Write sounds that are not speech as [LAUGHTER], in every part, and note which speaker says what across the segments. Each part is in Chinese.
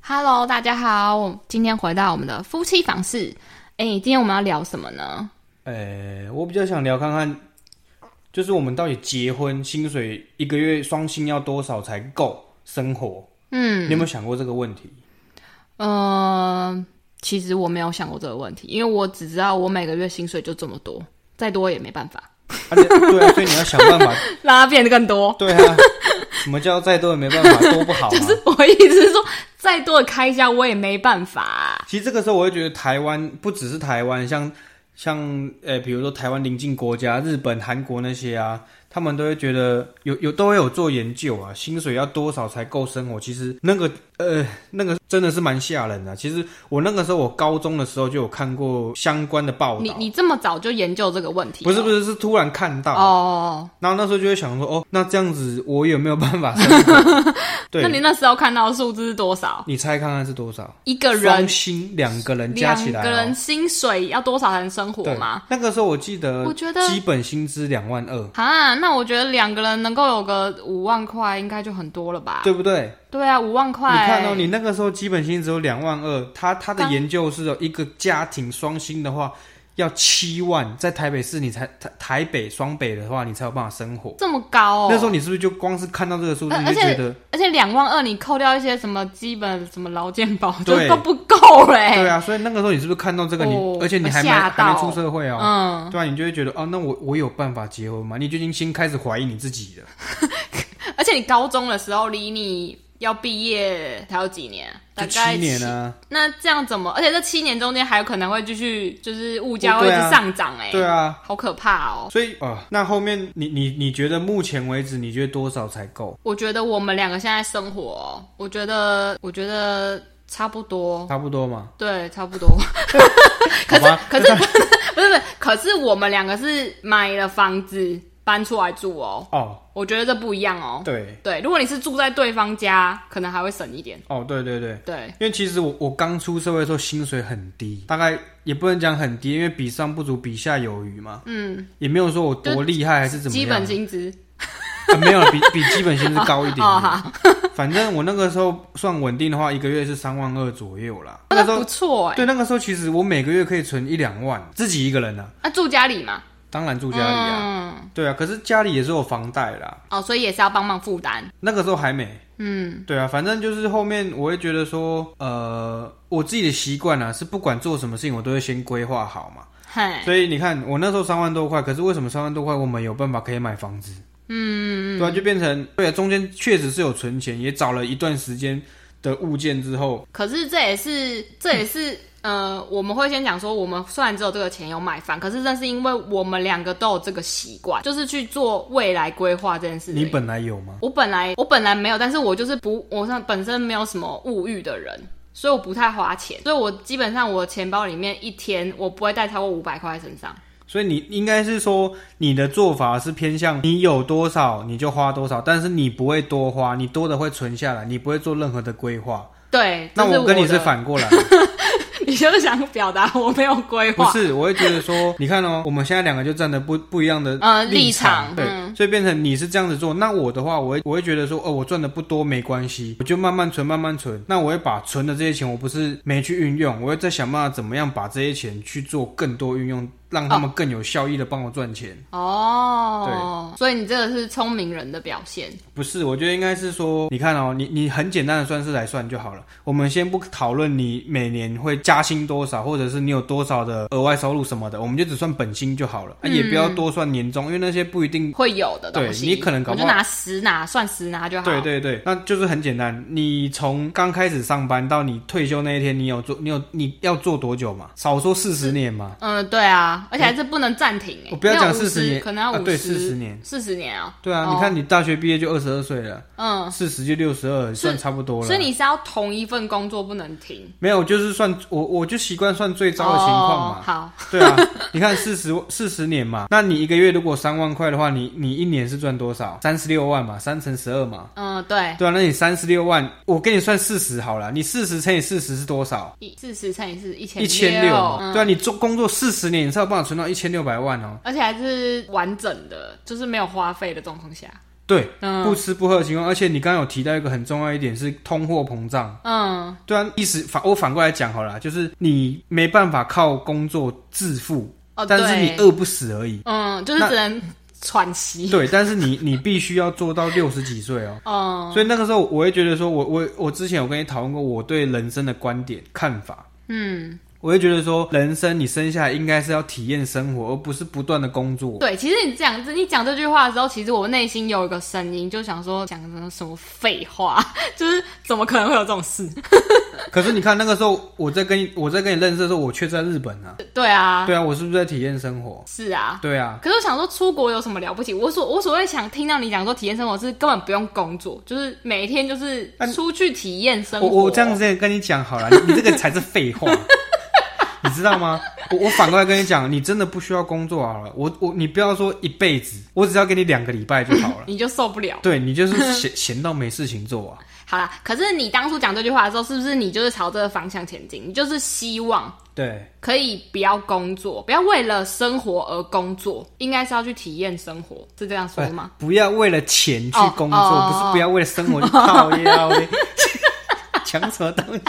Speaker 1: Hello，大家好，我今天回到我们的夫妻房事。哎、今天我们要聊什么呢？
Speaker 2: 呃，我比较想聊看看，就是我们到底结婚薪水一个月双薪要多少才够生活？
Speaker 1: 嗯，
Speaker 2: 你有没有想过这个问题？
Speaker 1: 呃，其实我没有想过这个问题，因为我只知道我每个月薪水就这么多，再多也没办法 [LAUGHS]
Speaker 2: 而且、对啊，所以你要想办法。
Speaker 1: 让它变得更多。 [LAUGHS]
Speaker 2: 对啊，什么叫再多也没办法，多不好啊嘛。
Speaker 1: 就是我意思是说，再多的开销我也没办法、
Speaker 2: 其实这个时候，我会觉得台湾不只是台湾，像像呃，比如说台湾邻近国家，日本、韩国那些啊，他们都会觉得有有都会有做研究啊，薪水要多少才够生活？其实那个呃，那个真的是蛮吓人的啊、其实我那个时候，我高中的时候就有看过相关的报
Speaker 1: 你
Speaker 2: 道，
Speaker 1: 你这么早就研究这个问题？
Speaker 2: 哦不是不
Speaker 1: 是
Speaker 2: 是，是突然看到，
Speaker 1: 哦，
Speaker 2: 然后那时候就会想说，哦，那这样子我有没有办法生活？
Speaker 1: [LAUGHS] 那你
Speaker 2: 对，
Speaker 1: 那时候看到的数字是多少？
Speaker 2: 你猜看看是多少？
Speaker 1: 一个
Speaker 2: 双
Speaker 1: 人
Speaker 2: 薪两个人加
Speaker 1: 两
Speaker 2: 起来、哦，
Speaker 1: 个人薪水要多少才能生活
Speaker 2: 对
Speaker 1: 吗？？
Speaker 2: 那个时候我记得，
Speaker 1: 我觉得
Speaker 2: 基本薪资两万二，
Speaker 1: 啊，那我觉得两个人能够有个五万块，应该就很多了吧？
Speaker 2: 对不对？
Speaker 1: 对啊，五万
Speaker 2: 你
Speaker 1: 块。
Speaker 2: 看哦，你那个时候基本薪只有两万二，他他的研究是有一个家庭双薪的话。要七万，在台北市你才台台北双北的话，你才有办法生活。
Speaker 1: 这么高哦。
Speaker 2: 那时候你是不是就光是看到这个数字，
Speaker 1: 呃
Speaker 2: 你就觉得
Speaker 1: 而且两万二，你扣掉一些什么基本什么劳健保，就
Speaker 2: 对
Speaker 1: 都不够欸嘞、
Speaker 2: 对啊？所以那个时候你是不是看到这个你，
Speaker 1: 哎哦
Speaker 2: 而且你还没
Speaker 1: 我吓
Speaker 2: 还
Speaker 1: 到
Speaker 2: 没出社会哦，
Speaker 1: 嗯，
Speaker 2: 对啊，你就会觉得哦，那我我有办法结婚吗？你就已经先开始怀疑你自己了。
Speaker 1: 而且你高中的时候离你要毕业还有几年？大
Speaker 2: 这七
Speaker 1: 概
Speaker 2: 年啊，
Speaker 1: 那这样怎么？而且这七年中间还有可能会继续，就是物价
Speaker 2: 哦
Speaker 1: 会一
Speaker 2: 对
Speaker 1: 直
Speaker 2: 啊
Speaker 1: 上涨哎、
Speaker 2: 对啊，
Speaker 1: 好可怕哦！
Speaker 2: 所以啊、呃那后面你你你觉得目前为止，你觉得多少才够？
Speaker 1: 我觉得我们两个现在生活哦，我觉得我觉得差不多，
Speaker 2: 差不多嘛？
Speaker 1: 对，差
Speaker 2: [LAUGHS]
Speaker 1: 不多。可是
Speaker 2: 好吧
Speaker 1: 可是 [LAUGHS] 不是不是，可是我们两个是买了房子搬出来住哦，
Speaker 2: 哦，
Speaker 1: 我觉得这不一样哦。
Speaker 2: 对，
Speaker 1: 对，如果你是住在对方家，可能还会省一点。
Speaker 2: 哦，对对对，
Speaker 1: 对，
Speaker 2: 因为其实我我刚出社会的时候，薪水很低，大概也不能讲很低，因为比上不足，比下有余嘛，
Speaker 1: 嗯，
Speaker 2: 也没有说我多厉害还是怎么
Speaker 1: 基
Speaker 2: 样，
Speaker 1: 本薪资
Speaker 2: 呃没有比比基本薪资高一点
Speaker 1: [LAUGHS] 哦，好，
Speaker 2: 反正我那个时候算稳定的话，一个月是三万二左右啦。那个时
Speaker 1: 那不
Speaker 2: 候，
Speaker 1: 错哎。
Speaker 2: 对那个时候其实我每个月可以存一两万，自己一个人啊，
Speaker 1: 那住家里嘛，
Speaker 2: 当然住家里啊，
Speaker 1: 嗯，
Speaker 2: 对啊，可是家里也是有房贷啦。
Speaker 1: 哦，所以也是要帮忙负担。
Speaker 2: 那个时候还没，
Speaker 1: 嗯，
Speaker 2: 对啊，反正就是后面我会觉得说，呃，我自己的习惯啊，是不管做什么事情，我都会先规划好嘛。
Speaker 1: 嘿，
Speaker 2: 所以你看，我那时候三万多块，可是为什么三万多块我们有办法可以买房子？嗯，对啊，就变成对啊，中间确实是有存钱，也找了一段时间的物件之后，
Speaker 1: 可是这也是这也是。呃，我们会先讲说，我们虽然只有这个钱有买房，可是那是因为我们两个都有这个习惯，就是去做未来规划这件事情。
Speaker 2: 你本来有吗？
Speaker 1: 我本来我本来没有，但是我就是不，我上本身没有什么物欲的人，所以我不太花钱，所以我基本上我的钱包里面一天我不会带超过五百块在身上。
Speaker 2: 所以你应该是说，你的做法是偏向你有多少你就花多少，但是你不会多花，你多的会存下来，你不会做任何的规划。
Speaker 1: 对，
Speaker 2: 那
Speaker 1: 这是
Speaker 2: 我
Speaker 1: 我
Speaker 2: 跟你
Speaker 1: 的
Speaker 2: 是，反过来。
Speaker 1: [LAUGHS] 你就是想表达我没有规
Speaker 2: 不
Speaker 1: 划。
Speaker 2: 是，我会觉得说，你看哦，我们现在两个就站的不不一样的
Speaker 1: 呃立
Speaker 2: 立
Speaker 1: 场
Speaker 2: 对，
Speaker 1: 嗯
Speaker 2: 所以变成你是这样子做，那我的话，我会我会觉得说，哦，我赚的不多没关系，我就慢慢存，慢慢存。那我会把存的这些钱，我不是没去运用，我会再想办法怎么样把这些钱去做更多运用，让他们更有效益的帮我赚钱。
Speaker 1: 哦，所以你这个是聪明人的表现。
Speaker 2: 不是，我觉得应该是说，你看哦，你你很简单的算式来算就好了。我们先不讨论你每年会加薪多少，或者是你有多少的额外收入什么的，我们就只算本薪就好了，啊
Speaker 1: 嗯
Speaker 2: 也不要多算年终，因为那些不一定。
Speaker 1: 会有的东西，
Speaker 2: 对你可能搞
Speaker 1: 我
Speaker 2: 不
Speaker 1: 就
Speaker 2: 好
Speaker 1: 拿十拿算十拿就好。
Speaker 2: 对对对，那就是很简单。你从刚开始上班到你退休那一天，你有做，你有你要做多久嘛？少说四十年嘛。
Speaker 1: 嗯，对啊，而且还是不能暂停、欸。
Speaker 2: 我不要
Speaker 1: 那
Speaker 2: 讲
Speaker 1: 50
Speaker 2: 40年
Speaker 1: 可能要五
Speaker 2: 啊
Speaker 1: 十、
Speaker 2: 对40年
Speaker 1: 四十年啊、
Speaker 2: 对啊，
Speaker 1: 哦
Speaker 2: 你看你大学毕业就二十二岁了，
Speaker 1: 嗯，
Speaker 2: 四十就六十二，算差不多了。
Speaker 1: 所以你是要同一份工作不能停。
Speaker 2: 没有，就是算我我就习惯算最糟的情况嘛。
Speaker 1: 哦、好，
Speaker 2: 对啊，你看四十四十年嘛，那你一个月如果三万块的话，你你一年是赚多少？三十六万嘛，三乘十二嘛。
Speaker 1: 嗯，对，
Speaker 2: 对啊，那你三十六万，我给你算四十好了，你四十乘以四十是多少？
Speaker 1: 一四十乘以四，一千
Speaker 2: 一千六嘛。
Speaker 1: 嗯
Speaker 2: 对啊，你做工作四十年，你才有办法存到一千六百万哦。
Speaker 1: 而且还是完整的，就是没有花费的状况下。
Speaker 2: 对，
Speaker 1: 嗯
Speaker 2: 不吃不喝的情况，而且你刚刚有提到一个很重要一点是通货膨胀。
Speaker 1: 嗯，
Speaker 2: 对啊，意思反我反过来讲好了啦，就是你没办法靠工作致富，
Speaker 1: 哦，
Speaker 2: 但是你
Speaker 1: 对，
Speaker 2: 饿不死而已。
Speaker 1: 嗯，就是
Speaker 2: 那
Speaker 1: 只能喘息，
Speaker 2: 对，但是你你必须要做到六十几岁哦。
Speaker 1: 嗯
Speaker 2: 所以那个时候，我会觉得说我，我我之前有跟你讨论过我对人生的观点看法，
Speaker 1: 嗯，
Speaker 2: 我会觉得说，人生你生下来应该是要体验生活，而不是不断的工作。
Speaker 1: 对。其实你讲这你讲这句话的时候，其实我内心有一个声音，就想说讲什么什么废话， [LAUGHS] 就是怎么可能会有这种事？ [LAUGHS]
Speaker 2: 可是你看那个时候，我在跟你我在跟你认识的时候，我却在日本啊。
Speaker 1: 对啊，
Speaker 2: 对啊，我是不是在体验生活？
Speaker 1: 是啊。
Speaker 2: 对啊，
Speaker 1: 可是我想说，出国有什么了不起？我所我所谓想听到你讲说体验生活是根本不用工作，就是每天就是
Speaker 2: 啊你
Speaker 1: 出去体验生活。
Speaker 2: 我我这样子也跟你讲好了，你你这个才是废话， [LAUGHS] 你知道吗？我我反过来跟你讲，你真的不需要工作好了。我我你不要说一辈子，我只要给你两个礼拜就好了。
Speaker 1: 你就受不了。
Speaker 2: 对你就是闲 [LAUGHS] 闲到没事情做啊。
Speaker 1: 好啦，可是你当初讲这句话的时候，是不是你就是朝这个方向前进？你就是希望
Speaker 2: 对，
Speaker 1: 可以不要工作，不要为了生活而工作，应该是要去体验生活，是这样说
Speaker 2: 对
Speaker 1: 吗？
Speaker 2: 哎不要为了钱去
Speaker 1: 哦
Speaker 2: 工作，
Speaker 1: 哦
Speaker 2: 不是不要为了生活去靠
Speaker 1: [LAUGHS]
Speaker 2: 腰嘞。讲什么东西？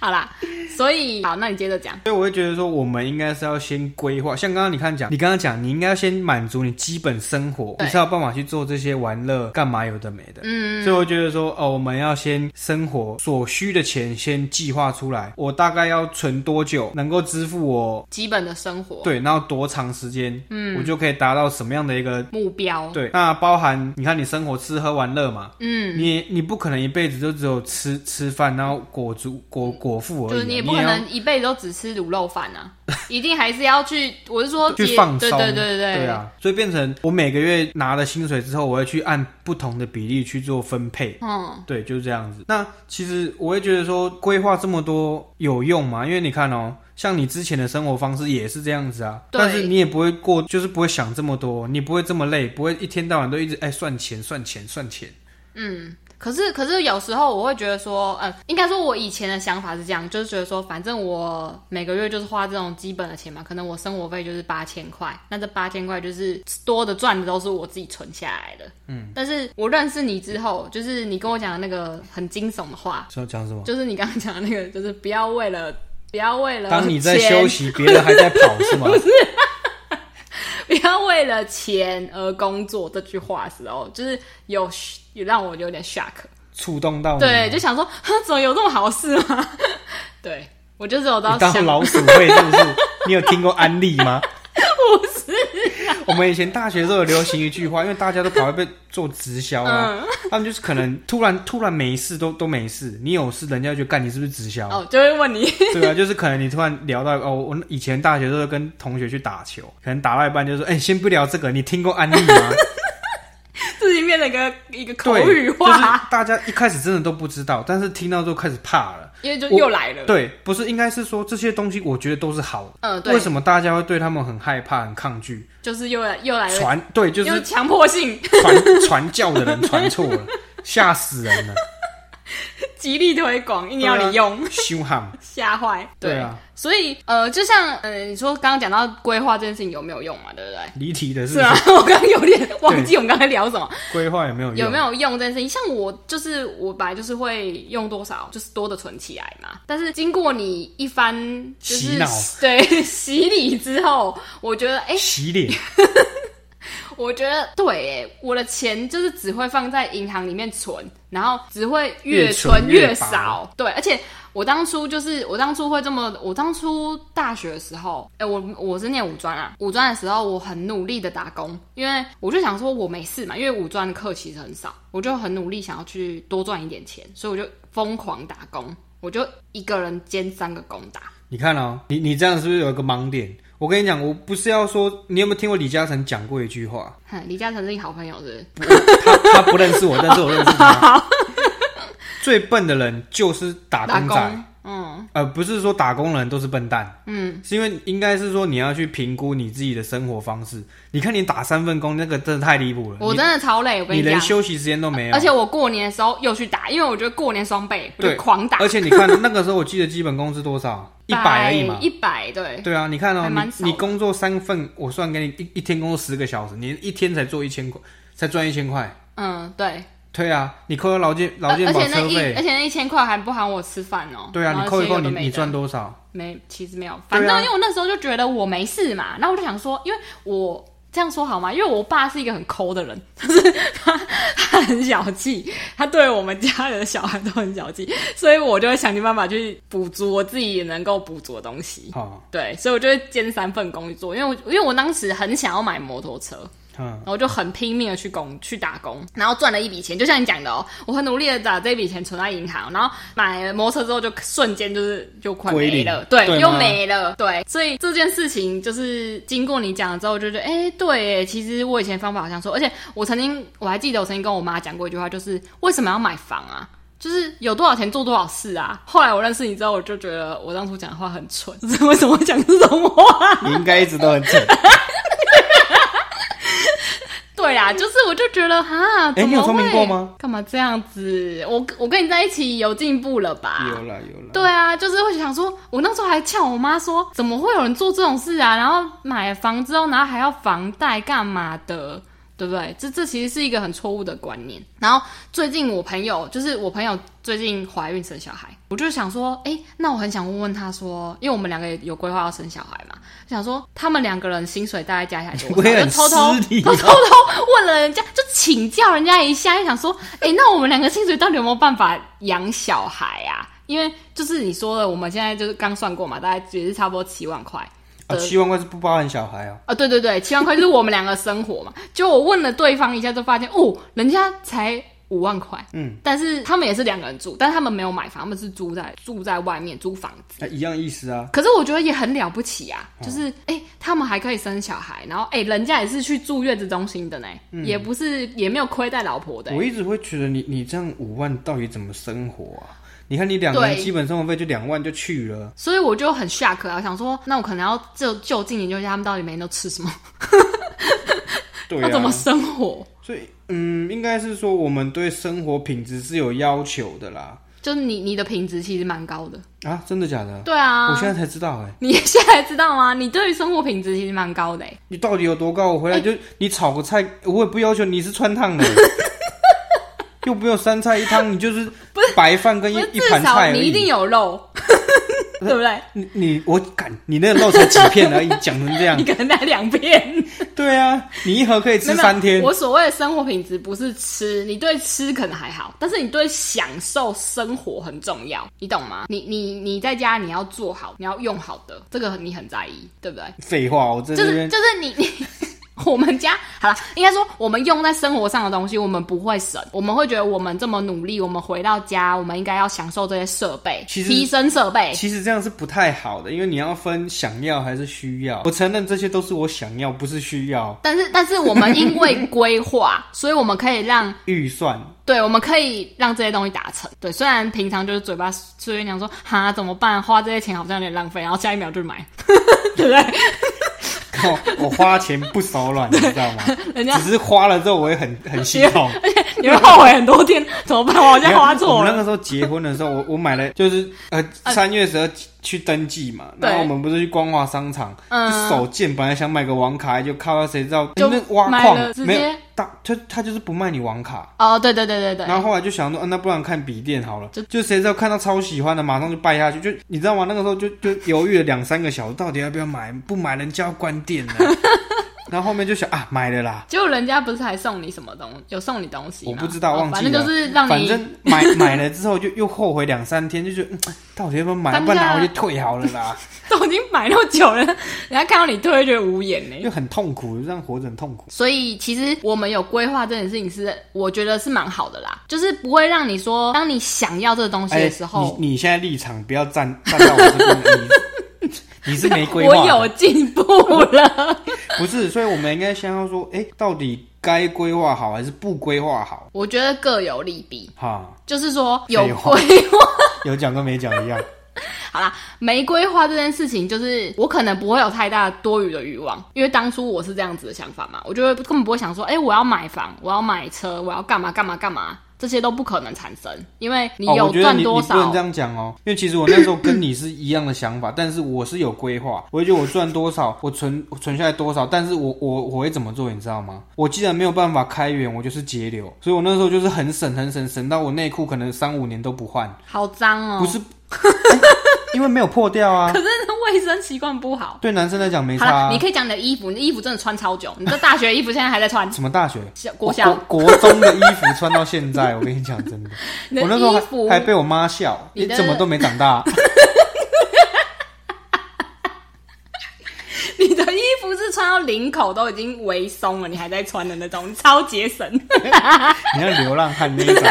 Speaker 1: 好啦，所以好，那你接着讲。
Speaker 2: 所以我会觉得说，我们应该是要先规划，像刚刚你看讲，你刚刚讲，你应该要先满足你基本生活，
Speaker 1: 对
Speaker 2: 你才有办法去做这些玩乐干嘛有的没的。
Speaker 1: 嗯，
Speaker 2: 所以我觉得说，哦，我们要先生活所需的钱先计划出来，我大概要存多久能够支付我
Speaker 1: 基本的生活
Speaker 2: 对，然后多长时间，嗯，我就可以达到什么样的一个
Speaker 1: 目标，
Speaker 2: 对。那包含你看你生活吃喝玩乐嘛，
Speaker 1: 嗯，
Speaker 2: 你你不可能一辈子就只有吃吃饭，然后裹足裹裹腹而已啊、
Speaker 1: 就是你也
Speaker 2: 也
Speaker 1: 不可
Speaker 2: 要
Speaker 1: 能一辈子都只吃卤肉饭啊，一定还是要去，我是说
Speaker 2: 去
Speaker 1: 也
Speaker 2: 放
Speaker 1: 对
Speaker 2: 松，
Speaker 1: 对对对
Speaker 2: 对，啊，所以变成我每个月拿了薪水之后，我会去按不同的比例去做分配。
Speaker 1: 嗯，
Speaker 2: 对，就是这样子。那其实我会觉得说，规划这么多有用吗？因为你看哦，像你之前的生活方式也是这样子啊，
Speaker 1: 对
Speaker 2: 但是你也不会过，就是不会想这么多，你不会这么累，不会一天到晚都一直哎算钱算钱算钱。
Speaker 1: 可是，可是有时候我会觉得说，嗯，应该说我以前的想法是这样，就是觉得说，反正我每个月就是花这种基本的钱嘛，可能我生活费就是八千块，那这八千块就是多的赚的都是我自己存下来的。嗯，但是我认识你之后，就是你跟我讲的那个很惊悚的话，
Speaker 2: 要讲什么？
Speaker 1: 就是你刚刚讲的那个，就是不要为了不要为了
Speaker 2: 当你在
Speaker 1: 钱
Speaker 2: 休息，别人还在跑，是
Speaker 1: [LAUGHS]
Speaker 2: 吗？
Speaker 1: 不要为了钱而工作这句话的时候，就是有有让我有点 shock。
Speaker 2: 触动到你，
Speaker 1: 对，，就想说，哼怎么有这么好事吗？ [LAUGHS] 对我就只有到
Speaker 2: 你当
Speaker 1: 想，
Speaker 2: 老鼠会是不是？你有听过安利吗？
Speaker 1: [LAUGHS] 不是，啊
Speaker 2: 我们以前大学的时候有流行一句话，因为大家都跑来被做直销
Speaker 1: 嗯
Speaker 2: 啊，他们就是可能突然突然没事都都没事，你有事人家就干你是不是直销？
Speaker 1: 哦，就会问你， [LAUGHS]
Speaker 2: 对啊，就是可能你突然聊到哦，我以前大学的时候跟同学去打球，可能打到一半就说，哎、先不聊这个，你听过安利吗？
Speaker 1: 自己变成一个一个口
Speaker 2: 对，
Speaker 1: 语
Speaker 2: 就是
Speaker 1: 化，
Speaker 2: 大家一开始真的都不知道，但是听到之后开始怕了。
Speaker 1: 因为就又来了。
Speaker 2: 对，不是应该是说这些东西，我觉得都是好的。
Speaker 1: 嗯，
Speaker 2: 为
Speaker 1: 对，
Speaker 2: 什么大家会对他们很害怕、很抗拒？
Speaker 1: 就是又来又来了，
Speaker 2: 传对，就是
Speaker 1: 又强迫性
Speaker 2: 传 [LAUGHS] 传教的人传错了，吓死人了！
Speaker 1: 极力推广，硬要你用，
Speaker 2: 凶悍，
Speaker 1: 吓坏。
Speaker 2: 啊对啊，
Speaker 1: 所以呃，就像呃，你说刚刚讲到规划这件事情有没有用嘛，对不对？
Speaker 2: 离题的
Speaker 1: 是
Speaker 2: 是
Speaker 1: 啊， [LAUGHS] 我刚刚有点忘记我们刚才聊什么。
Speaker 2: 规划有没有用？
Speaker 1: 有没有用这件事情？像我就是我本来就是会用多少，就是多的存起来嘛。但是经过你一番就
Speaker 2: 洗
Speaker 1: 是
Speaker 2: 脑
Speaker 1: 对 [LAUGHS] 洗礼之后，我觉得哎、
Speaker 2: 洗脸？
Speaker 1: 我觉得对哎、我的钱就是只会放在银行里面存，然后只会越存
Speaker 2: 越存越
Speaker 1: 越少。对，而且我当初就是我当初会这么，我当初大学的时候，哎、我我是念五专啊，五专的时候我很努力的打工，因为我就想说我没事嘛，因为五专的课其实很少，我就很努力想要去多赚一点钱，所以我就疯狂打工，我就一个人兼三个工打。
Speaker 2: 你看哦，你你这样是不是有一个盲点？我跟你讲，我不是要说，你有没有听过李嘉诚讲过一句话？
Speaker 1: 哼，李嘉诚是你好朋友是不是？
Speaker 2: 他他不认识我，但是我认识
Speaker 1: [LAUGHS]
Speaker 2: 他。最笨的人就是打
Speaker 1: 打
Speaker 2: 工仔，
Speaker 1: 工，嗯
Speaker 2: 呃，啊不是说打工人都是笨蛋，
Speaker 1: 嗯，
Speaker 2: 是因为应该是说你要去评估你自己的生活方式。你看你打三份工，那个真的太离谱了。
Speaker 1: 我
Speaker 2: 你
Speaker 1: 真的超累，我跟
Speaker 2: 你
Speaker 1: 讲
Speaker 2: 连。休息时间都没有，
Speaker 1: 而且我过年的时候又去打，因为我觉得过年双倍，我
Speaker 2: 对
Speaker 1: 就狂打
Speaker 2: 而且你看那个时候，我记得基本工资多少？一百而已嘛。
Speaker 1: 一百对，
Speaker 2: 对啊，你看哦
Speaker 1: 还，蛮少
Speaker 2: 你
Speaker 1: 的
Speaker 2: 你工作三份，我算给你一一天工作十个小时，你一天才做一千块，才赚一千块，
Speaker 1: 嗯，对，
Speaker 2: 对啊，你扣掉劳健劳
Speaker 1: 而
Speaker 2: 健
Speaker 1: 而
Speaker 2: 保
Speaker 1: 且那
Speaker 2: 车
Speaker 1: 一
Speaker 2: 费，
Speaker 1: 而且那一千块还不含我吃饭哦、
Speaker 2: 对啊，
Speaker 1: 然
Speaker 2: 你扣一
Speaker 1: 些有
Speaker 2: 扣
Speaker 1: 的
Speaker 2: 你
Speaker 1: 没
Speaker 2: 你
Speaker 1: 的
Speaker 2: 赚多少？
Speaker 1: 没，其实没有。
Speaker 2: 对
Speaker 1: 反
Speaker 2: 啊
Speaker 1: 正因为我那时候就觉得我没事嘛，然后我就想说，因为我这样说好吗？因为我爸是一个很抠的人， [LAUGHS] 就是他他很小气，他对我们家人的小孩都很小气，所以我就会想尽办法去补足我自己也能够补足的东西。
Speaker 2: 好，
Speaker 1: 对，所以我就会兼三份工作，因为我因为我当时很想要买摩托车，
Speaker 2: 嗯，
Speaker 1: 然后就很拼命的去工去打工，然后赚了一笔钱，就像你讲的哦，我很努力的把这笔钱存在银行，然后买了摩托车之后就瞬间就是就快
Speaker 2: 归
Speaker 1: 没
Speaker 2: 零
Speaker 1: 了，对，
Speaker 2: 对
Speaker 1: 又
Speaker 2: 吗
Speaker 1: 没了，对，所以这件事情就是经过你讲了之后，就觉得哎，对耶，其实我以前方法好像说，而且我曾经我还记得我曾经跟我妈讲过一句话，就是为什么要买房啊？就是有多少钱做多少事啊！后来我认识你之后，我就觉得我当初讲的话很蠢， [LAUGHS] 就是为什么会讲这种话？
Speaker 2: 你应该一直都很 [LAUGHS] 蠢。
Speaker 1: 对啦，就是我就觉得哈，
Speaker 2: 诶
Speaker 1: 怎
Speaker 2: 哎你
Speaker 1: 么
Speaker 2: 有
Speaker 1: 会
Speaker 2: 聪明过吗？
Speaker 1: 干嘛这样子？我我跟你在一起有进步了吧？
Speaker 2: 有啦有啦，
Speaker 1: 对啊，就是会想说，我那时候还呛我妈说，怎么会有人做这种事啊？然后买了房之后，然后还要房贷干嘛的？对不对？这这其实是一个很错误的观念。然后最近我朋友，就是我朋友最近怀孕生小孩，我就想说，哎，那我很想问问他说，因为我们两个也有规划要生小孩嘛，想说他们两个人薪水大概加起来多
Speaker 2: [LAUGHS] 我也
Speaker 1: 少？
Speaker 2: 很
Speaker 1: 就偷偷
Speaker 2: 失礼啊
Speaker 1: 偷偷偷问了人家，就请教人家一下，就想说，哎、那我们两个薪水到底有没有办法养小孩啊？因为就是你说的，我们现在就是刚算过嘛，大概也是差不多七万块。
Speaker 2: 啊，七万块是不包含小孩哦。
Speaker 1: 啊、对对对，七万块就是我们两个生活嘛。就我问了对方一下，就发现哦，人家才五万块，
Speaker 2: 嗯，
Speaker 1: 但是他们也是两个人住，但是他们没有买房，他们是住在住在外面租房子。
Speaker 2: 那一样意思啊。
Speaker 1: 可是我觉得也很了不起啊，
Speaker 2: 哦
Speaker 1: 就是哎、诶他们还可以生小孩，然后哎、诶人家也是去住月子中心的呢，也不是也没有亏待老婆的、
Speaker 2: 嗯
Speaker 1: 欸
Speaker 2: 我一直会觉得你你这样五万到底怎么生活啊？你看你两个人
Speaker 1: 对
Speaker 2: 基本生活费就两万就去了，
Speaker 1: 所以我就很 shock 啊，想说那我可能要就就近研究一下他们到底每天都吃什么，
Speaker 2: 对
Speaker 1: 要怎么
Speaker 2: 啊。
Speaker 1: 生活。
Speaker 2: 所以嗯，应该是说我们对生活品质是有要求的啦。
Speaker 1: 就是你你的品质其实蛮高的，
Speaker 2: 啊，真的假的？
Speaker 1: 对啊，
Speaker 2: 我现在才知道哎、
Speaker 1: 你现在知道吗？你对于生活品质其实蛮高的、欸，
Speaker 2: 你到底有多高？我回
Speaker 1: 哎
Speaker 2: 来就、你炒个菜，我也不要求你是
Speaker 1: [LAUGHS]
Speaker 2: 川烫的，又不用三菜一汤，你就是白饭跟一
Speaker 1: 不是
Speaker 2: 一
Speaker 1: 至
Speaker 2: 盘
Speaker 1: 少
Speaker 2: 菜而
Speaker 1: 你一定
Speaker 2: 已。嗯
Speaker 1: 有肉， [LAUGHS] 对不对？
Speaker 2: 你你我敢，你那个肉才几片而已，讲成这样
Speaker 1: 你，可能带两遍，
Speaker 2: 对啊，你一盒可以吃
Speaker 1: 没有
Speaker 2: 三天。
Speaker 1: 我所谓的生活品质不是吃，你对吃可能还好，但是你对享受生活很重要，你懂吗？你你你在家你要做好，你要用好的，这个你很在意，对不对？
Speaker 2: 废话，我在
Speaker 1: 就
Speaker 2: 这
Speaker 1: 是
Speaker 2: 边
Speaker 1: 就是你你。 [LAUGHS] 我们家好了，应该说我们用在生活上的东西，我们不会省，我们会觉得我们这么努力，我们回到家，我们应该要享受这些设备，
Speaker 2: 其实
Speaker 1: 提升设
Speaker 2: [LAUGHS]
Speaker 1: 备。
Speaker 2: 其实这样是不太好的，因为你要分想要还是需要。我承认这些都是我想要，不是需要
Speaker 1: 但是，但是我们因为规划，所以我们可以让
Speaker 2: 预算。
Speaker 1: 对，我们可以让这些东西达成。对，虽然平常就是嘴巴随便讲说哈怎么办，花这些钱好像有点浪费，然后下一秒就买， [LAUGHS] 对不对？
Speaker 2: 靠 [LAUGHS] 我花钱不手软，你知道
Speaker 1: [LAUGHS]
Speaker 2: 吗？
Speaker 1: 人家
Speaker 2: 只是花了之后，我也很很心
Speaker 1: [LAUGHS]
Speaker 2: 痛。
Speaker 1: 你会后悔很多天，怎么办？我好像花
Speaker 2: 我
Speaker 1: 错
Speaker 2: 们
Speaker 1: 了
Speaker 2: 那。个时候结婚的时候，我我买了就是呃三月十二去登记嘛，
Speaker 1: 对
Speaker 2: 然后我们不是去光华商场，
Speaker 1: 嗯
Speaker 2: 就手贱本来想买个网卡，就靠到谁知道
Speaker 1: 就
Speaker 2: 那挖
Speaker 1: 买
Speaker 2: 矿
Speaker 1: 了直
Speaker 2: 没
Speaker 1: 接
Speaker 2: 有，他他他就是不卖你网卡。
Speaker 1: 哦，对对对对
Speaker 2: 然
Speaker 1: 对，
Speaker 2: 后后来就想说，啊、那不然看笔电好了
Speaker 1: 就，
Speaker 2: 就谁知道看到超喜欢的，马上就败下去，就你知道吗？那个时候就就犹豫了两三个小时，到底要不要买？不买人家要关店
Speaker 1: [LAUGHS]
Speaker 2: 了。然后后面就想啊，买了啦，
Speaker 1: 结果人家不是还送你什么东，有送你东西吗？
Speaker 2: 我不知道
Speaker 1: 哦
Speaker 2: 忘记
Speaker 1: 反正
Speaker 2: 了
Speaker 1: 就是让
Speaker 2: 反
Speaker 1: 你
Speaker 2: 正买买了之后就又后悔两三天，就觉得、嗯、到底要不要买，
Speaker 1: 当
Speaker 2: 不然拿
Speaker 1: 下
Speaker 2: 回去退好了
Speaker 1: [LAUGHS]
Speaker 2: 啦，就
Speaker 1: [LAUGHS] 都已经买那么久了，人家看到你退会觉得无言呢。
Speaker 2: 又很痛苦，这样活着很痛苦。
Speaker 1: 所以其实我们有规划这件事情是，我觉得是蛮好的啦，就是不会让你说，当你想要这个东西的时候，
Speaker 2: 哎你你现在立场不要站站到我这边，你你是没规
Speaker 1: 我
Speaker 2: 划的，
Speaker 1: 有进步了。
Speaker 2: 不是，所以我们应该先要说，哎、到底该规划好还是不规划好？
Speaker 1: [LAUGHS] 我觉得各有利弊，
Speaker 2: 哈，
Speaker 1: 就是说有
Speaker 2: 废话
Speaker 1: 规划。
Speaker 2: 有讲跟没讲一样，
Speaker 1: 好啦，没规划这件事情，就是我可能不会有太大多余的欲望，因为当初我是这样子的想法嘛，我就会根本不会想说，哎、我要买房，我要买车，我要干嘛干嘛干嘛。这些都不可能产生，因为 [LAUGHS] 你
Speaker 2: 哦，
Speaker 1: 有
Speaker 2: 我觉得
Speaker 1: 赚
Speaker 2: 你
Speaker 1: 多
Speaker 2: 你不
Speaker 1: 少，
Speaker 2: 能这样讲哦，因为其实我那时候跟你是一样的想法，但 [COUGHS] 是我是有规划，我会觉得我赚多少，我存我存下来多少，但是我我我会怎么做，你知道吗？我既然没有办法开源，我就是节流，所以我那时候就是很省很省，省到我内裤可能三五年都不换，
Speaker 1: 好脏哦。 [LAUGHS]
Speaker 2: 不是，因为没有破掉啊
Speaker 1: 可。是卫生习惯不好。
Speaker 2: 对男生来讲没
Speaker 1: 好
Speaker 2: 差、
Speaker 1: 了，
Speaker 2: 啊，
Speaker 1: 你。可以讲你的衣服，你的衣服真的穿超久，你这大学衣服现在还在穿
Speaker 2: 什么大学？
Speaker 1: 小国小
Speaker 2: 国国中的衣服穿到现在，我跟你讲真的，
Speaker 1: [LAUGHS] 你
Speaker 2: 我
Speaker 1: 的
Speaker 2: 那时候
Speaker 1: 衣
Speaker 2: 还
Speaker 1: 服
Speaker 2: 还被我妈笑，
Speaker 1: 你
Speaker 2: 你
Speaker 1: 的
Speaker 2: 怎么都没长大？
Speaker 1: [LAUGHS] 你的衣服是穿到领口都已经微松了，你还在穿的那种，超节
Speaker 2: [LAUGHS]
Speaker 1: 省。
Speaker 2: 你像流浪汉那一种。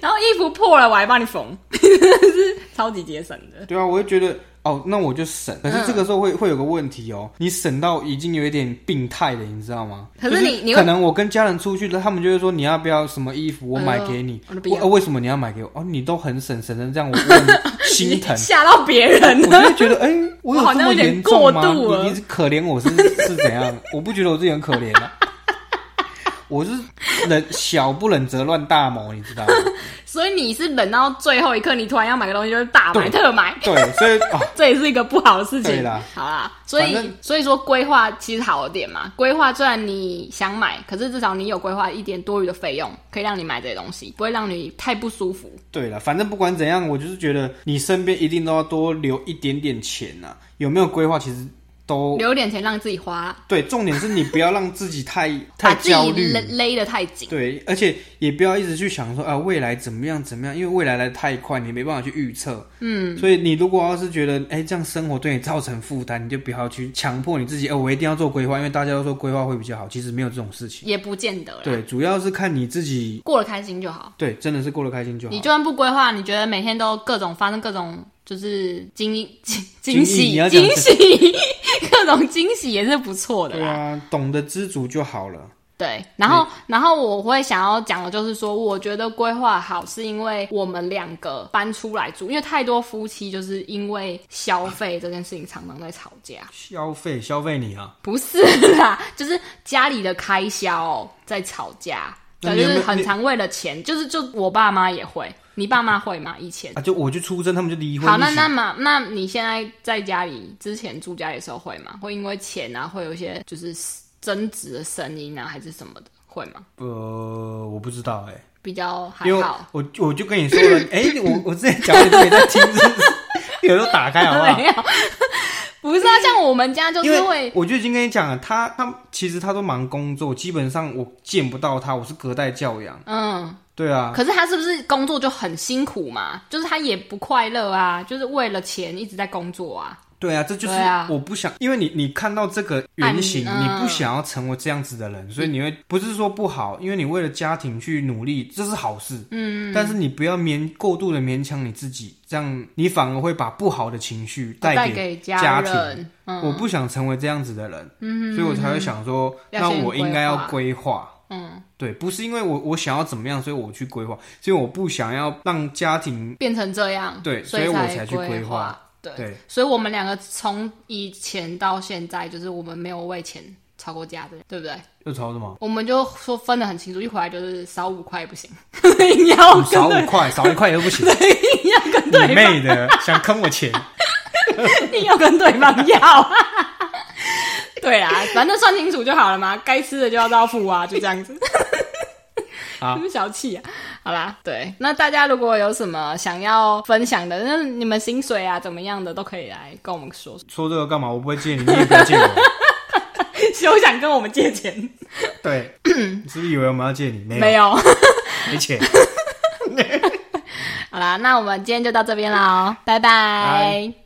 Speaker 1: 然后衣服破了，我还帮你缝， [LAUGHS] 是超级节省的。
Speaker 2: 对啊，我就觉得哦，那我就省。可是
Speaker 1: 嗯
Speaker 2: 这个时候会、会有个问题哦，你省到已经有一点病态了，你知道吗？
Speaker 1: 可是你
Speaker 2: 就
Speaker 1: 你会
Speaker 2: 可能我跟家人出去了，他们就会说你要不要什么衣服，我买给你。
Speaker 1: 嗯我都不
Speaker 2: 我
Speaker 1: 要。
Speaker 2: 呃为什么你要买给我？哦，你都很省，省成这样，我我很心
Speaker 1: [LAUGHS]
Speaker 2: 疼
Speaker 1: 吓到别人
Speaker 2: 我
Speaker 1: 了。
Speaker 2: 就会觉得，哎、我
Speaker 1: 我好
Speaker 2: 有这
Speaker 1: 像
Speaker 2: 么
Speaker 1: 有点
Speaker 2: 严重吗？
Speaker 1: 过度了
Speaker 2: 你你是可怜我是是怎样？我不觉得我自己很可怜啊，我是忍小不忍则乱大谋，你知道吗？
Speaker 1: [LAUGHS] 所以你是忍到最后一刻，你突然要买个东西就是大买
Speaker 2: 对
Speaker 1: 特买，
Speaker 2: 对，所以啊、
Speaker 1: 这也是一个不好的事情。
Speaker 2: 对啦
Speaker 1: 好啦，所
Speaker 2: 反
Speaker 1: 以
Speaker 2: 正
Speaker 1: 所以说规划其实好一点嘛。规划虽然你想买，可是至少你有规划一点多余的费用，可以让你买这些东西，不会让你太不舒服。
Speaker 2: 对了，反正不管怎样，我就是觉得你身边一定都要多留一点点钱呐、有没有规划，其实都
Speaker 1: 留一点钱让自己花，
Speaker 2: 对。重点是你不要让自己
Speaker 1: [LAUGHS]
Speaker 2: 太太
Speaker 1: 把自
Speaker 2: 焦
Speaker 1: 己
Speaker 2: 虑
Speaker 1: 勒，勒得太紧。
Speaker 2: 对，而且也不要一直去想说啊未来怎么样怎么样，因为未来来得太快，你没办法去预测。嗯，所以你如果要是觉得哎这样生活对你造成负担，你就不要去强迫你自己，哦，我一定要做规划，因为大家都说规划会比较好，其实没有这种事情。
Speaker 1: 也不见得啦，
Speaker 2: 对，主要是看你自己，
Speaker 1: 过得开心就好。
Speaker 2: 对，啊真的是过得开心就好
Speaker 1: 你。就算不规划，你觉得每天都各种发生各种就是惊 [LAUGHS] 惊惊
Speaker 2: 惊异
Speaker 1: 喜
Speaker 2: 你要讲
Speaker 1: 惊喜， [LAUGHS] 各种惊喜也是不错的
Speaker 2: 对
Speaker 1: 啦。
Speaker 2: 啊，嗯懂得知足就好了。
Speaker 1: 对，然后、然后我会想要讲的就是说，我觉得规划好是因为我们两个搬出来住，因为太多夫妻就是因为消费这件事情常常在吵架。
Speaker 2: 消费消费你啊！
Speaker 1: 不是啦， [LAUGHS] 就是家里的开销、在吵架，
Speaker 2: 那
Speaker 1: 对，
Speaker 2: 你
Speaker 1: 就
Speaker 2: 有没
Speaker 1: 是
Speaker 2: 有
Speaker 1: 很常为了钱，就是就我爸妈也会，你爸妈会吗？以前。
Speaker 2: 啊，就我就出征，他们就离婚。
Speaker 1: 好，那
Speaker 2: 一起
Speaker 1: 那么，那你现在在家里之前住家里的时候会吗？会因为钱啊，会有一些就是争执的声音啊，还是什么的，会吗？
Speaker 2: 呃，我不知道哎、
Speaker 1: 比较还 [LAUGHS]
Speaker 2: 因为
Speaker 1: 好。
Speaker 2: 我我就跟你说
Speaker 1: [LAUGHS]
Speaker 2: 了，哎、我我之前讲你都没在听，是不是有时候打开好不好
Speaker 1: 没？有， [LAUGHS] 不是啊，像我们家就
Speaker 2: 因
Speaker 1: 是
Speaker 2: 为
Speaker 1: 会，
Speaker 2: 我就已经跟你讲了，他他其实他都忙工作，基本上我见不到他，我是隔代教养。
Speaker 1: 嗯，
Speaker 2: 对啊，
Speaker 1: 可是他是不是工作就很辛苦嘛？就是他也不快乐啊，就是为了钱一直在工作啊。
Speaker 2: 对啊，这就是
Speaker 1: 对啊
Speaker 2: 我不想，因为你你看到这个原型，
Speaker 1: 啊你嗯
Speaker 2: 你不想要成为这样子的人，所以你会不是说不好，因为你为了家庭去努力，这是好事。嗯，但是你不要勉过度的勉强你自己，这样你反而会把不好的情绪
Speaker 1: 带
Speaker 2: 给
Speaker 1: 给
Speaker 2: 家
Speaker 1: 人，
Speaker 2: 庭
Speaker 1: 嗯
Speaker 2: 我不想成为这样子的人，嗯，所以我才会想说，
Speaker 1: 要
Speaker 2: 那
Speaker 1: 先
Speaker 2: 我应该要规划。
Speaker 1: 嗯，
Speaker 2: 对，不是因为我我想要怎么样，所以我去规划，是因为我不想要让家庭
Speaker 1: 变成这样，
Speaker 2: 对
Speaker 1: 所
Speaker 2: 所以我
Speaker 1: 才
Speaker 2: 才去规
Speaker 1: 划
Speaker 2: 划。
Speaker 1: 对，
Speaker 2: 对
Speaker 1: 所以我们两个从以前到现在，就是我们没有为钱吵过架的，对不对？
Speaker 2: 又吵什么？
Speaker 1: 我们就说分得很清楚，一回来就是少五块也不行， [LAUGHS] 硬要跟
Speaker 2: 少哦五
Speaker 1: 对，
Speaker 2: 块，少一块又不行，
Speaker 1: 硬要跟哦 [LAUGHS] 对
Speaker 2: 你妹的，想坑我钱。
Speaker 1: [LAUGHS] 定要跟对方要。 [LAUGHS] 对啦，反正算清楚就好了嘛，该吃的就要到付啊，就这样子。
Speaker 2: [LAUGHS] 好
Speaker 1: 你们小气啊！好啦，对，那大家如果有什么想要分享的，那你们薪水啊怎么样的都可以来跟我们说， [LAUGHS]
Speaker 2: 说这个干嘛？我不会借你，你也不要借我。
Speaker 1: 休想跟我们借钱，
Speaker 2: 对，你是不是以为我们要借你？没有，
Speaker 1: 没
Speaker 2: 没
Speaker 1: 有。
Speaker 2: 钱。
Speaker 1: 好啦，那我们今天就到这边啦哦，拜拜。
Speaker 2: 拜